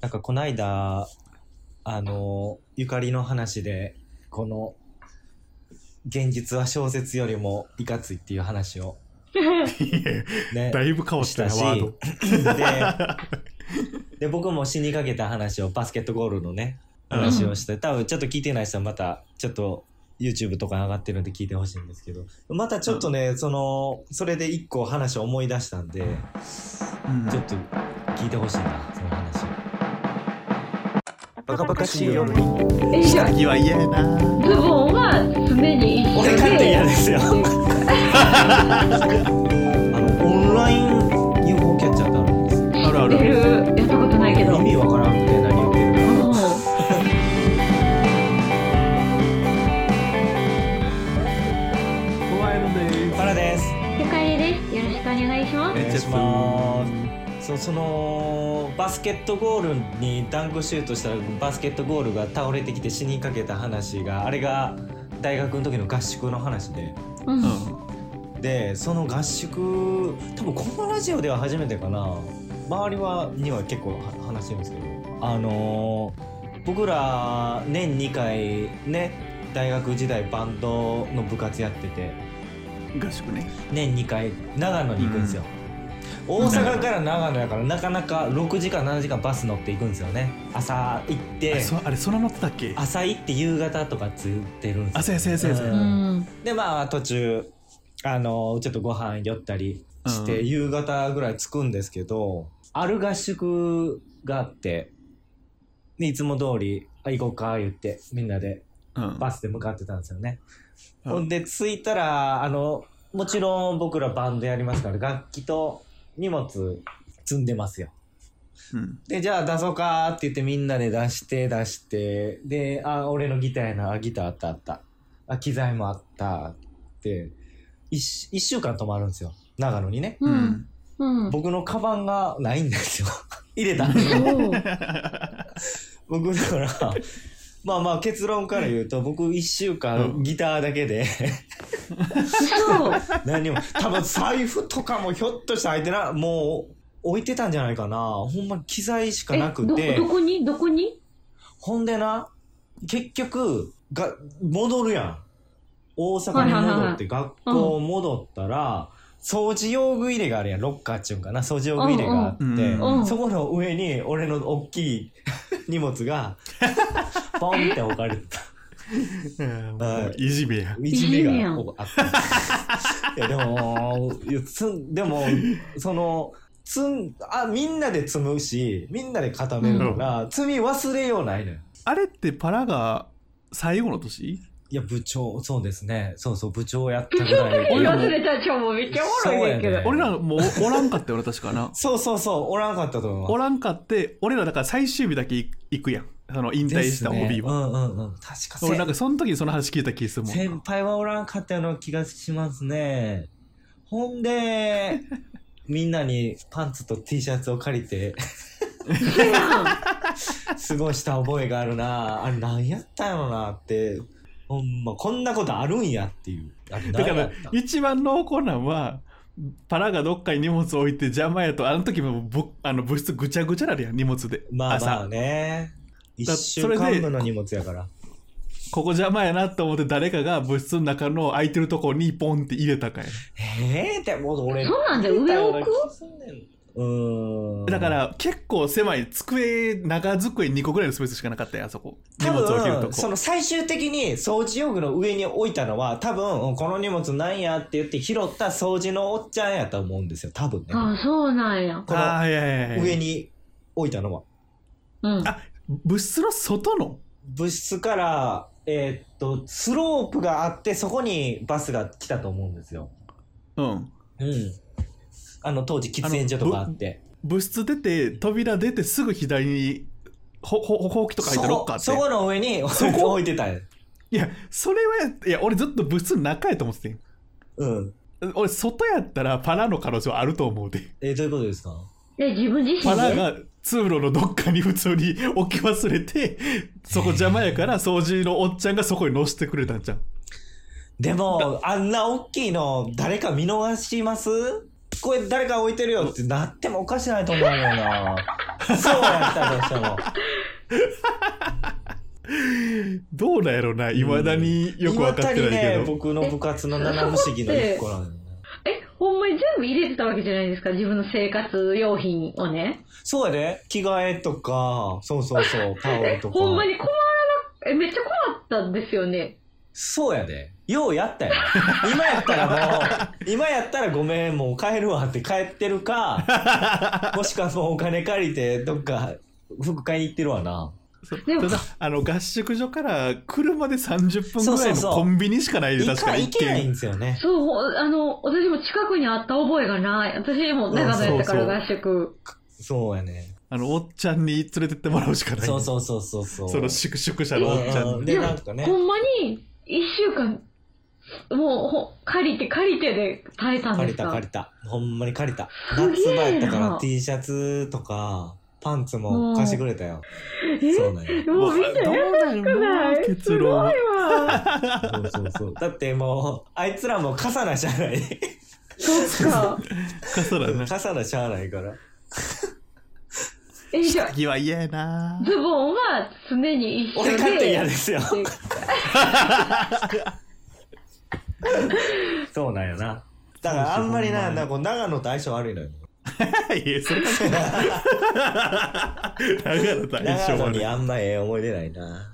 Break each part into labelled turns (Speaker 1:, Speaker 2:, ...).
Speaker 1: なんかこないだ、あの、ゆかりの話で、この、現実は小説よりもいかついっていう話をね、
Speaker 2: だいぶ変わっ
Speaker 1: したた
Speaker 2: よ、
Speaker 1: し
Speaker 2: ワード。
Speaker 1: でで僕も死にかけた話をバスケットゴールのね話をして、多分ちょっと聞いてない人はまたちょっと YouTube とかに上がってるんで聞いてほしいんですけどまたちょっとね、そのそれで一個話を思い出したんで
Speaker 2: うん
Speaker 1: ちょっと聞いてほしいなその話
Speaker 3: バカバカしいよ
Speaker 4: えいや
Speaker 2: 次は嫌やな。
Speaker 4: ズボンは常に一緒
Speaker 1: 俺勝手に嫌ですよあのオンライン UFO キャッチャーってあるんですよ
Speaker 2: あるあ
Speaker 4: 知って
Speaker 2: る。
Speaker 4: るやったことないけど
Speaker 1: 意味わからんくて何言ってるか
Speaker 4: う
Speaker 2: 怖いので
Speaker 1: 原です
Speaker 4: んゆかりですよろしくお願いします
Speaker 1: お願いしますそうそのバスケットゴールにダンクシュートしたらバスケットゴールが倒れてきて死にかけた話があれが大学の時の合宿の話で
Speaker 4: うん
Speaker 2: う
Speaker 4: うん
Speaker 2: ん。
Speaker 1: でその合宿多分このラジオでは初めてかな周りはには結構は話してるんですけどあのー僕ら年2回ね大学時代バンドの部活やってて
Speaker 2: 合宿ね。
Speaker 1: 年2回長野に行くんですよ、大阪から長野やからなかなか6時間7時間バス乗って行くんですよね朝行っ
Speaker 2: あ
Speaker 1: て
Speaker 2: そあれ、空乗ってたっけ
Speaker 1: 朝行って夕方とかつってるんですよ
Speaker 2: あそうやそうやそうやそうや
Speaker 4: うん
Speaker 1: でまあ途中あのちょっとご飯寄ったりして、
Speaker 2: うん
Speaker 1: 夕方ぐらい着くんですけどある合宿があってでいつも通り「あ行こうか」言ってみんなで
Speaker 2: うん。
Speaker 1: バスで向かってたんですよね。
Speaker 2: うん
Speaker 1: ほんで着いたらあのもちろん僕らバンドやりますから楽器と荷物積んでますよ。
Speaker 2: うん。
Speaker 1: でじゃあ出そうかって言ってみんなで出して出してであ俺のギターやなあギターあったあったあ機材もあったって一1週間泊まるんですよ長野にね。
Speaker 4: う
Speaker 2: うんん。
Speaker 4: うん
Speaker 1: 僕のカバンがないんですよ。 入 れた
Speaker 4: おう
Speaker 1: 僕だからまあまあ結論から言うと僕1週
Speaker 2: う
Speaker 1: 間
Speaker 2: ん
Speaker 1: ギターだけ で
Speaker 4: そう
Speaker 1: 何も多分財布とかもひょっとして入ってなもう置いてたんじゃないかなほんま機材しかなくて
Speaker 4: えどどこにどこに
Speaker 1: ほんでな結局が戻るやん大阪に戻って学校戻ったら掃除用具入れがあるやんロッカーっちゅうんかな掃除用具入れがあって、
Speaker 2: うんうんうん
Speaker 4: うん
Speaker 1: そこの上に俺の大きい 荷物がポンって置かれてた。
Speaker 2: うん
Speaker 1: はい
Speaker 2: もういじめや。
Speaker 1: いじめがここあったんです。いやでも、いやつんでも、その、つん、あ、みんなで積むし、みんなで固めるから、積み忘れようないのよ。
Speaker 2: あれってパラが最後の年
Speaker 1: いや、部長、そうですね。そうそう、部長やったぐら い。
Speaker 2: 俺らも
Speaker 4: 忘れたちょもうめっちゃおもろいねんけ
Speaker 1: そうやね。
Speaker 4: ど
Speaker 2: 俺らもうおらんかったよな、確かな
Speaker 1: そうそうそう、おらんかったと思う
Speaker 2: お
Speaker 1: わ。
Speaker 2: らんかって、俺らだから最終日だけ行くやん。その引退した OB は。
Speaker 1: は。うんうんうん。確かせ
Speaker 2: 俺なんかその時にその話聞いた気するもん。
Speaker 1: 先輩はおらんかったような気がしますね。ほん で、みんなにパンツと T シャツを借りて、過ごした覚えがあるなあれ何やったんやろなってほんまこんなことあるんやっていうあれ
Speaker 2: だ
Speaker 1: 何
Speaker 2: か
Speaker 1: やっ
Speaker 2: ら
Speaker 1: た
Speaker 2: 一番濃厚なんはパラがどっかに荷物置いて邪魔やとあの時もぶあの部室ぐちゃぐちゃなるやん荷物で、
Speaker 1: まあまあ
Speaker 2: 朝
Speaker 1: ね一
Speaker 2: だ
Speaker 1: 週間分の荷物やから
Speaker 2: ここ邪魔やなと思って誰かが部室の中の空いてるとこにポンって入れたかい
Speaker 1: ええってもう俺
Speaker 4: そうなんだよ上置く
Speaker 1: うーん
Speaker 2: だから結構狭い机長机2個ぐらいのスペースしかなかったやんあそこ荷
Speaker 1: 多
Speaker 2: 物置けると
Speaker 1: 分そ
Speaker 2: こ
Speaker 1: の最終的に掃除用具の上に置いたのは多分この荷物なんやって言って拾った掃除のおっちゃんやと思うんですよ多分ね
Speaker 4: あそうなんや
Speaker 1: こ
Speaker 2: あ
Speaker 1: の
Speaker 2: あいやいやいや
Speaker 1: 上に置いたのは
Speaker 4: うん
Speaker 2: あ部室の外の
Speaker 1: 物質から、えーっとスロープがあってそこにバスが来たと思うんですよ。
Speaker 2: うん
Speaker 1: うん、あの当時喫煙所とかあって
Speaker 2: 部室出て扉出てすぐ左にほほほほうきとか入ったロッカーって
Speaker 1: そこそこの上に 置いてたよ。
Speaker 2: いや、それは、いや、俺ずっと部室の中やと思ってて
Speaker 1: うん、
Speaker 2: ん。俺、外やったらパラの可能性はあると思うで。
Speaker 1: えーどういうことですか
Speaker 4: で自分自
Speaker 2: パ
Speaker 4: 身
Speaker 2: ラ
Speaker 4: で
Speaker 2: が通路のどっかに普通に置き忘れて、そこ邪魔やから掃除のおっちゃんがそこに乗せてくれたんじゃん。
Speaker 1: でもあんな大きいの誰か見逃しますこれ誰か置いてるよってなってもおかしないと思うよ な。そうやったとしても。
Speaker 2: どうなんやろな、いまだによく分かってないけ
Speaker 1: ね、
Speaker 2: ど。
Speaker 1: 僕の部活の七不思議の一個なんだよね。
Speaker 4: え、ほんまに全部入れてたわけじゃないですか自分の生活用品をね。
Speaker 1: そうやで、着替えとか、そうそうそう、タオルとか。
Speaker 4: ほんまに困らな、え、めっちゃ困ったんですよね。
Speaker 1: そうやで。ようやったよ。今やったら もう、今やったらごめん、もう帰るわって帰ってるか、 もしくはもうお金借りて、どっか服買いに行ってるわな。
Speaker 4: でも
Speaker 2: ただあの合宿所から車で30分ぐら
Speaker 1: そそう
Speaker 2: いうの
Speaker 1: そう
Speaker 2: コンビニしかないで
Speaker 1: 行
Speaker 2: 確
Speaker 1: か
Speaker 2: かに
Speaker 1: 行
Speaker 2: 一
Speaker 1: けないん
Speaker 2: 軒
Speaker 1: ですよね。
Speaker 4: そう、ほあの、私も近くにあった覚えがない。私も長野やったか
Speaker 2: うんそう
Speaker 4: ら
Speaker 2: そ
Speaker 4: 合
Speaker 2: う
Speaker 4: 宿。
Speaker 1: そうやね。
Speaker 2: あのおっちゃんに連れてってもらうしかない
Speaker 1: そうそうそうそうそう。
Speaker 2: その宿宿舎のおっちゃん
Speaker 1: う
Speaker 2: に
Speaker 1: んで、なんかね。
Speaker 4: ほんまに、一週間、もうほ、借りて、借りてで耐えたん
Speaker 1: 借
Speaker 4: で
Speaker 1: り
Speaker 4: すか
Speaker 1: た借りた。ほんまに借りた。
Speaker 4: すげ
Speaker 1: 夏
Speaker 4: え
Speaker 1: 場
Speaker 4: な
Speaker 1: やったから T シャツとか、パンツも貸してくれたよ。
Speaker 4: え
Speaker 1: そうなんよ。
Speaker 4: もう見て、
Speaker 2: どう
Speaker 4: 優
Speaker 2: な
Speaker 4: しくない
Speaker 2: るの
Speaker 4: す
Speaker 2: 結
Speaker 4: ごい
Speaker 2: 論
Speaker 4: わ。
Speaker 1: そうそうそう。だってもう、あいつらも傘なしゃあない。
Speaker 4: そっ か。
Speaker 2: そうだな
Speaker 1: 傘なしゃあないから。
Speaker 4: え、じゃあ
Speaker 2: 次は嫌やな
Speaker 4: ズボンは常に一緒で。
Speaker 1: 俺勝手嫌ですよ。
Speaker 4: で
Speaker 1: そうなんよな。だからあんまりな、なんかこう長野と相性悪いのよ。
Speaker 2: いやそれ関係ない長野と
Speaker 1: 長
Speaker 2: 相性
Speaker 1: 野
Speaker 2: 悪
Speaker 1: に
Speaker 2: い
Speaker 1: あんまええ思い出ないな。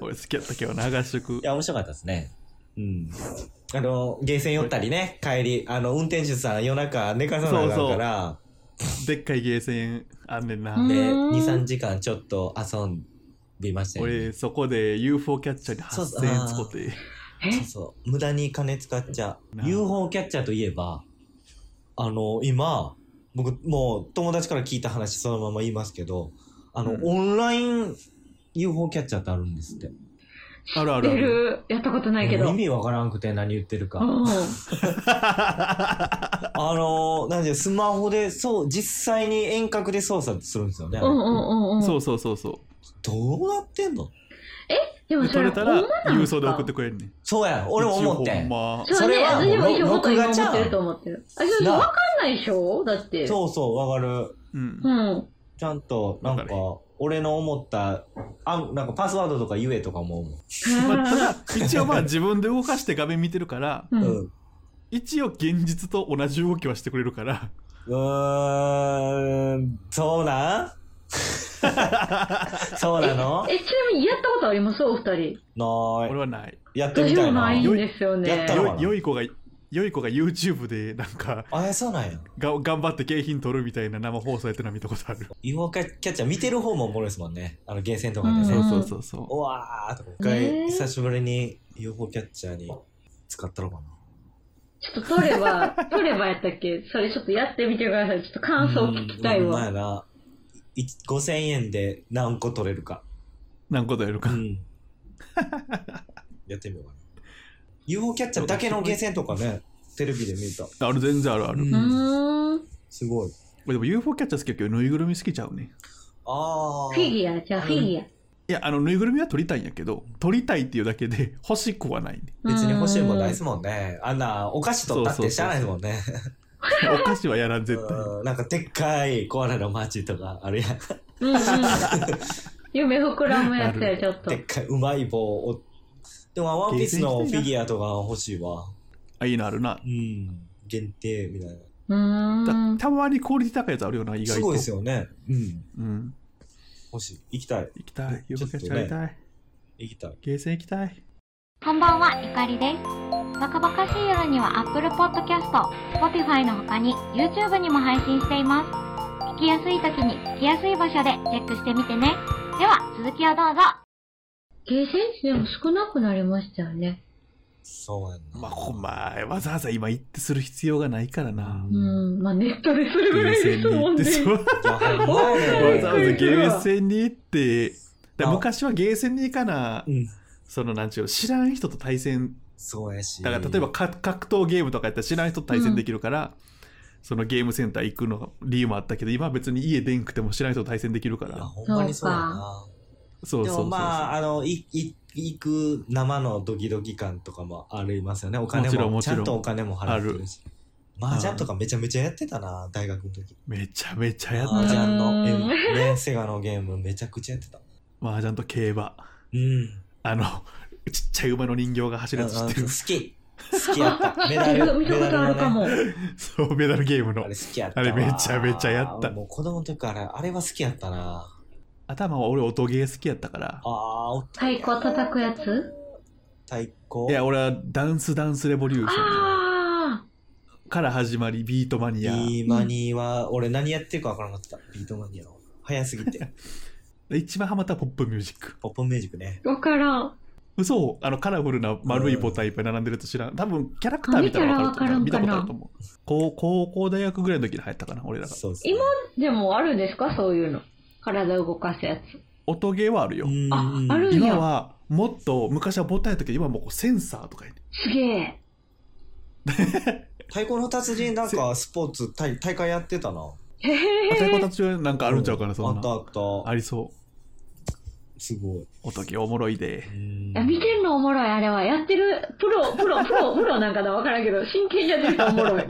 Speaker 2: 俺好きやったけどな合宿
Speaker 1: いや、面白かったですね。うん。あの、ゲーセン寄ったりね、帰り、あの、運転手さん夜中寝かさなあかんから、
Speaker 2: でっかいゲーセンあんねんな、
Speaker 4: うん
Speaker 1: で、
Speaker 4: う
Speaker 1: 2、3時間ちょっと遊びましたよ、ね。
Speaker 2: 俺そこで UFO キャッチャーに
Speaker 1: そうそう
Speaker 2: 8000円使って
Speaker 1: そうそう。無駄に金使っちゃう
Speaker 2: な。あ
Speaker 1: UFO キャッチャーといえば、あの、今、僕、もう友達から聞いた話そのまま言いますけど、あの、
Speaker 2: うん
Speaker 1: オンライン UFO キャッチャーってあるんですって。
Speaker 2: あるあ
Speaker 4: 知っ
Speaker 2: るあ
Speaker 4: て
Speaker 2: る
Speaker 4: る。やったことないけど。
Speaker 1: もう
Speaker 4: う
Speaker 1: 意
Speaker 4: ん。
Speaker 1: 味わからんくて何言ってるか。あのー、なんで、スマホで、そう、実際に遠隔で操作するんですよね。
Speaker 4: うんうんうんうん。
Speaker 2: そうそうそうそう
Speaker 1: どうなってんの
Speaker 4: でも
Speaker 2: で
Speaker 4: そ
Speaker 2: 取
Speaker 4: れ、
Speaker 2: れたら郵送で送って
Speaker 4: く
Speaker 2: くれんねん
Speaker 1: そうやん、俺も思って
Speaker 2: 一応ほん
Speaker 1: ん。
Speaker 2: ま
Speaker 4: そうね、
Speaker 1: それ
Speaker 4: 私
Speaker 1: はも
Speaker 4: も
Speaker 1: う
Speaker 4: 一応本当に
Speaker 1: 録
Speaker 4: 思
Speaker 1: 画ちゃう
Speaker 4: ってると思ってる。あ、ちょっ
Speaker 1: な
Speaker 4: とわかんないでしょだって。
Speaker 1: そうそう、わかる。
Speaker 2: うん
Speaker 4: うん。
Speaker 1: ちゃんと、なんか
Speaker 2: わかる、
Speaker 1: 俺の思った、あんなんかパスワードとか言えとかも思う。
Speaker 2: まあただ一応ま あ自分で動かして画面見てるから
Speaker 4: う
Speaker 1: うん
Speaker 4: ん。。
Speaker 2: 一応現実と同じ動きはしてくれるから
Speaker 1: うーん、そうなん そうなの
Speaker 4: え、ちなみにやったことありますお二人。
Speaker 1: な
Speaker 2: 俺
Speaker 1: い。
Speaker 2: はない
Speaker 1: やってみ
Speaker 4: 私
Speaker 1: た
Speaker 4: も
Speaker 1: いな
Speaker 4: ない。ん
Speaker 2: よ
Speaker 4: ですよ
Speaker 1: や
Speaker 4: ね
Speaker 1: った。の
Speaker 2: よよい子がよい子が YouTube でなんか
Speaker 1: あやそうなんや。
Speaker 2: が頑張って景品取るみたいな生放送やってるの見たことある
Speaker 1: UFO キャッチャー見てる方もおもろいですもんね。あの、ゲーセンとかで
Speaker 4: う
Speaker 1: ね
Speaker 4: ん。
Speaker 2: そうそうそう
Speaker 1: おわーとか、一
Speaker 4: ね
Speaker 1: 回、
Speaker 4: え
Speaker 1: 久しぶりに UFO キャッチャーに使ったのかな。
Speaker 4: ちょっと取 れば、取ればやったっけそれちょっとやってみてください。ちょっと感想聞きたい
Speaker 1: うんほんま
Speaker 4: わ
Speaker 1: や。な。い5000円で何個取れるか。
Speaker 2: うなんことやる
Speaker 1: う
Speaker 2: か、
Speaker 1: ん。 やってみようかな。UFO キャッチャーだけのゲーセンとかね、テレビで見た。
Speaker 2: ある全然あるある、
Speaker 1: う
Speaker 4: うんーん。フ
Speaker 1: すごい。
Speaker 2: 俺でも UFO キャッチャー好きやけどぬいぐるみ好きちゃうね
Speaker 1: ああ。
Speaker 4: ィギュア、じゃあフィギュア。
Speaker 2: いやあのぬいぐるみは取りたいんやけど取りたいっていうだけで欲しくはないね
Speaker 1: 別に欲しいもんないで
Speaker 4: です
Speaker 1: もんね。あんな、お菓子取ったってしゃあないですもんね。
Speaker 2: お菓子はやらん絶対
Speaker 1: うんなんか、でっかいコアラのマーチとかあるやん。
Speaker 4: うんうん。夢膨らむやつや、ちょっと
Speaker 1: で。っかい、うまい棒を。でも、ワンピースのフィギュアとか欲しいわ。
Speaker 2: あいいのあるな
Speaker 1: うん。限定みたいな。
Speaker 4: う
Speaker 2: た
Speaker 4: ーん。
Speaker 2: たまにクオリティ高いやつあるよな意外と
Speaker 1: すごいですよね。うん。
Speaker 2: うん
Speaker 1: 欲しい。行きたい。
Speaker 2: 行きた
Speaker 1: ち
Speaker 2: い
Speaker 1: ょ
Speaker 2: UFO
Speaker 1: っと
Speaker 2: キャ
Speaker 1: ね
Speaker 2: ッチャーやりたい、
Speaker 1: 行きたい。
Speaker 2: ゲーセン行きたい
Speaker 3: こんばんは、ゆかりです。バカバカしい夜には Apple Podcast、Spotify の他に YouTube にも配信しています。聞きやすい時に聞きやすい場所でチェックしてみてね。では、続きをどうぞ。
Speaker 4: ゲーセンでも少なくなりましたよね。
Speaker 1: そうやんな。
Speaker 2: まあこまあわざわざ今行ってする必要がないからな、
Speaker 4: う
Speaker 1: い
Speaker 4: ん。まあ、ネットでするぐら
Speaker 2: ゲー
Speaker 4: い
Speaker 2: セ
Speaker 4: で
Speaker 2: ン
Speaker 4: す
Speaker 2: に
Speaker 4: も
Speaker 2: 行
Speaker 4: ん
Speaker 2: って
Speaker 4: ね。
Speaker 2: そう
Speaker 1: や、ほんま
Speaker 2: わ
Speaker 1: やね
Speaker 2: ざわざゲーセンに行ってだから昔はゲーセンに行かな
Speaker 1: うん。
Speaker 2: そのなんちゅうの知らん人と対戦
Speaker 1: そうやし。
Speaker 2: だから例えば、か格闘ゲームとかやったら知らん人と対戦できるから、そのゲームセンター行くのが理由もあったけど今は別に家でんくても知らん人と対戦できるか
Speaker 1: いや、
Speaker 2: ら
Speaker 1: ほんまにそうやな。
Speaker 2: そう
Speaker 1: で
Speaker 2: そうそ
Speaker 1: も
Speaker 2: う。
Speaker 1: まあ、あの、い、い、行く生のドキドキ感とかもありますよね。お金も、
Speaker 2: もちろんもち
Speaker 1: ち
Speaker 2: ろん
Speaker 1: ゃんとお金も払ってるし。麻雀とかめちゃめちゃやってたな、大学の時。
Speaker 2: めちゃめちゃやっ
Speaker 1: 麻
Speaker 2: た。
Speaker 1: 雀の、
Speaker 4: うん
Speaker 1: えね、セガのゲームめちゃくちゃやってた。
Speaker 2: 麻雀と競馬。
Speaker 1: うん。
Speaker 2: あの、ちっちゃい馬の人形が走るやつ知って
Speaker 1: 好
Speaker 2: る。
Speaker 1: き。好きやった。 メダ
Speaker 4: 見た
Speaker 1: ル。
Speaker 4: 見たことあるか
Speaker 1: メ
Speaker 4: も。
Speaker 1: ダルのね
Speaker 2: そう、メダルゲームの
Speaker 1: あれ。好きやった
Speaker 2: あ
Speaker 1: わ。
Speaker 2: れめちゃめちゃやった
Speaker 1: もう子供の時から、あれは好きやったな。
Speaker 2: 頭は俺音ゲー好きやったから
Speaker 1: あ。あ、お
Speaker 4: 太鼓叩くやつ
Speaker 1: 太鼓。
Speaker 2: いや、俺はダンスダンスレボリューショ
Speaker 4: ああ
Speaker 2: ンから始まり、ビートマニア。
Speaker 1: ビーマニーは、俺何やってるか分からなかった。ビートマニアの。早すぎ て。
Speaker 2: 一番ハマったポップミュージック。
Speaker 1: ポップミュージックね。
Speaker 4: わからん。
Speaker 2: 嘘あのカラフルな丸いボタンいっぱい並んでると知らん。多分キャラクター見たら分かると思う。見
Speaker 4: 見
Speaker 2: た
Speaker 4: た
Speaker 2: こ
Speaker 4: ら
Speaker 2: と
Speaker 4: わ
Speaker 2: あ
Speaker 4: か
Speaker 2: る
Speaker 4: るか
Speaker 2: と思う。高高校、大学ぐらいの時に流行ったかな、俺らが。
Speaker 1: そうですね。
Speaker 4: でもあるんですかそういうの。体動かすやつ。
Speaker 2: 音ゲーはあるよ。
Speaker 1: うん
Speaker 4: ああるんや
Speaker 2: 今はもっと昔はボタンやったけど、今はもうこうセンサーとかやね
Speaker 4: すげえ。
Speaker 1: 太鼓の達人なんかスポーツ大大会やってたな。
Speaker 4: へ
Speaker 2: あ太鼓
Speaker 4: へへ。
Speaker 2: たちはなんかあるんちゃうかな、そん
Speaker 1: あった
Speaker 2: な。
Speaker 1: あった。
Speaker 2: ありそ
Speaker 1: すごい。
Speaker 2: う。音ゲーおもろいで。
Speaker 1: うん
Speaker 4: いや見てんのおもろい、あれは。やってる。プロ、プロ、プ ロ、プロなんかなわからんけど、真剣にやってる 人おもろい。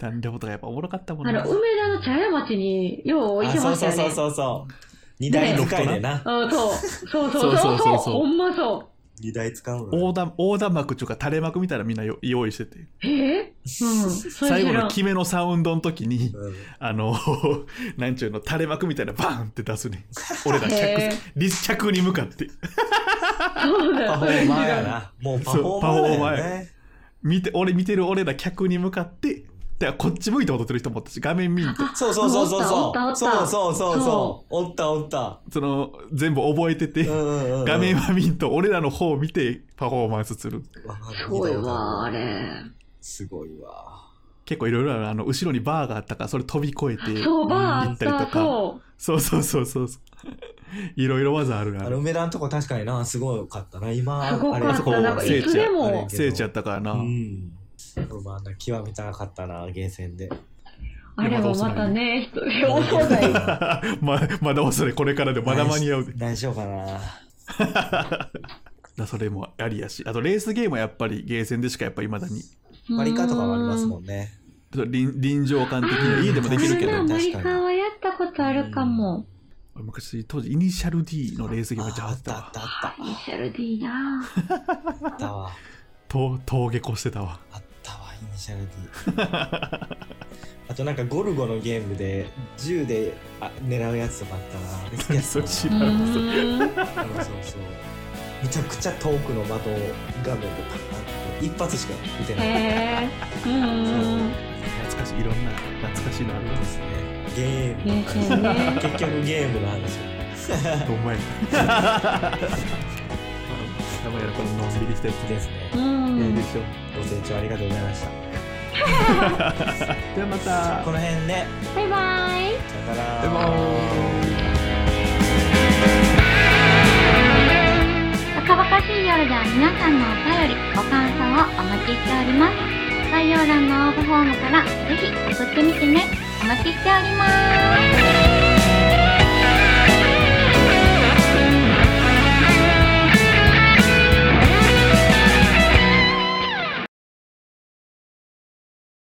Speaker 2: ダンレボとかやっぱおもろかったもん
Speaker 4: あの、梅田の茶屋町によう置い
Speaker 1: あ
Speaker 4: て
Speaker 1: そ
Speaker 4: ま
Speaker 1: う
Speaker 4: した
Speaker 1: そう
Speaker 4: よ
Speaker 1: そう。そ
Speaker 4: ね
Speaker 1: うそう。二台使いでな。
Speaker 4: うんそうそう
Speaker 2: そ
Speaker 4: そうう
Speaker 2: そ
Speaker 4: そうう
Speaker 2: そ
Speaker 4: そうう
Speaker 2: そう
Speaker 4: ほんまそ
Speaker 1: 二台使うの
Speaker 2: 横
Speaker 1: ね。
Speaker 2: 断横断幕というか垂れ幕みたいなのみんなよ用意してて
Speaker 4: う。えーうん。それ
Speaker 2: 最後
Speaker 4: 知ら
Speaker 2: の
Speaker 4: ん
Speaker 2: 決めのサウンドの時に
Speaker 1: うん
Speaker 2: あの なんちゅうの垂れ幕みたいなバーンって出すね俺ら着
Speaker 4: へ
Speaker 2: 立着に向かって
Speaker 4: そうだよ
Speaker 1: パフ
Speaker 4: そ
Speaker 1: ォ
Speaker 4: れ
Speaker 1: ー
Speaker 4: 知
Speaker 1: マー
Speaker 4: ら
Speaker 1: や
Speaker 4: ん
Speaker 1: な。もうパフォーマーだよね。
Speaker 2: 見て俺見てる俺ら客に向かってでこっち向いて踊ってる人もおったし画面見ん と
Speaker 1: そうそうそうそう
Speaker 4: おったお
Speaker 1: そ
Speaker 4: っ
Speaker 1: う。
Speaker 4: たおった
Speaker 1: そうそうそうそう。おったおった。
Speaker 2: その全部覚えてて、
Speaker 1: うんうんうん
Speaker 2: 画面は見んと俺らの方を見てパフォーマンスする
Speaker 4: すごいわ、あ。れ。
Speaker 1: すごいわ。
Speaker 2: 結構いろいろあるあの後ろにバーがあったからそれ飛び越えて
Speaker 4: そう、バーあっ
Speaker 2: 行ったり
Speaker 4: た
Speaker 2: と、か
Speaker 4: そ
Speaker 2: そうそうそうそうそういろいろ技ある
Speaker 1: あ
Speaker 2: な
Speaker 1: の梅田のとこ確かにな、すごかったな。今、
Speaker 4: すごかった
Speaker 1: あれ
Speaker 2: あそこ
Speaker 4: なんか
Speaker 2: 聖
Speaker 4: いつ
Speaker 2: 地
Speaker 4: で
Speaker 2: や
Speaker 1: あれ
Speaker 4: も
Speaker 1: けど
Speaker 2: 聖地やったからな、
Speaker 1: うん。ロマンな極めたかったな、ゲーセンで。
Speaker 4: う。あれもまたね、人、放送外。
Speaker 2: ま まだそれこれからでまだ間に合うで
Speaker 1: 大丈夫かな。
Speaker 2: だそれもありやしあとレースゲームはやっぱりゲーセンでしかやっぱいまだに
Speaker 1: マリカとかもありますも
Speaker 4: うん
Speaker 1: ね。
Speaker 2: 臨臨場感的には家でもで
Speaker 4: ん。
Speaker 2: きるけ
Speaker 4: あれな、
Speaker 2: ど
Speaker 1: 確かに
Speaker 4: マリカはやったことあるかも。
Speaker 2: 昔当時イニシャル D のレースゲームめっちゃ
Speaker 1: あ
Speaker 2: あ
Speaker 1: あ
Speaker 2: っ
Speaker 1: ったた
Speaker 2: わ
Speaker 1: あったあ
Speaker 4: イニシャル D な
Speaker 1: ったあったわ。
Speaker 2: と峠越してたわ
Speaker 1: あったわ、イニシャル D。あとなんかゴルゴのゲームで銃であ狙うやつとかあったな。あれ好きや
Speaker 2: それ知
Speaker 1: つ
Speaker 4: Ừ,
Speaker 2: ら
Speaker 1: な。
Speaker 2: んわそ
Speaker 1: そ
Speaker 4: ぁ。
Speaker 2: れ
Speaker 1: うそうそう。めちゃくちゃ遠くの的を画面でパッって一発しか撃てない。
Speaker 4: へぇ。うん。
Speaker 2: 懐かしいいろんな懐かしいのあるわ
Speaker 1: ですね。ゲーム。
Speaker 4: ねえね
Speaker 1: 結局ゲームの話。
Speaker 2: お前 たまやらこののんびりしたやつ
Speaker 1: で
Speaker 2: です
Speaker 1: すね
Speaker 4: う。
Speaker 2: いい
Speaker 4: ん
Speaker 2: で。しょう
Speaker 1: ご清聴ありがとうございました。
Speaker 2: ではまた
Speaker 1: この辺ね。
Speaker 3: バイバイ
Speaker 1: さよなら。
Speaker 2: バイバーイ
Speaker 3: バカバカしい夜では皆さんのお便り、ご感想をお待ちしております。概要欄の応募フォームからぜひ送ってみてね。お待ちしております。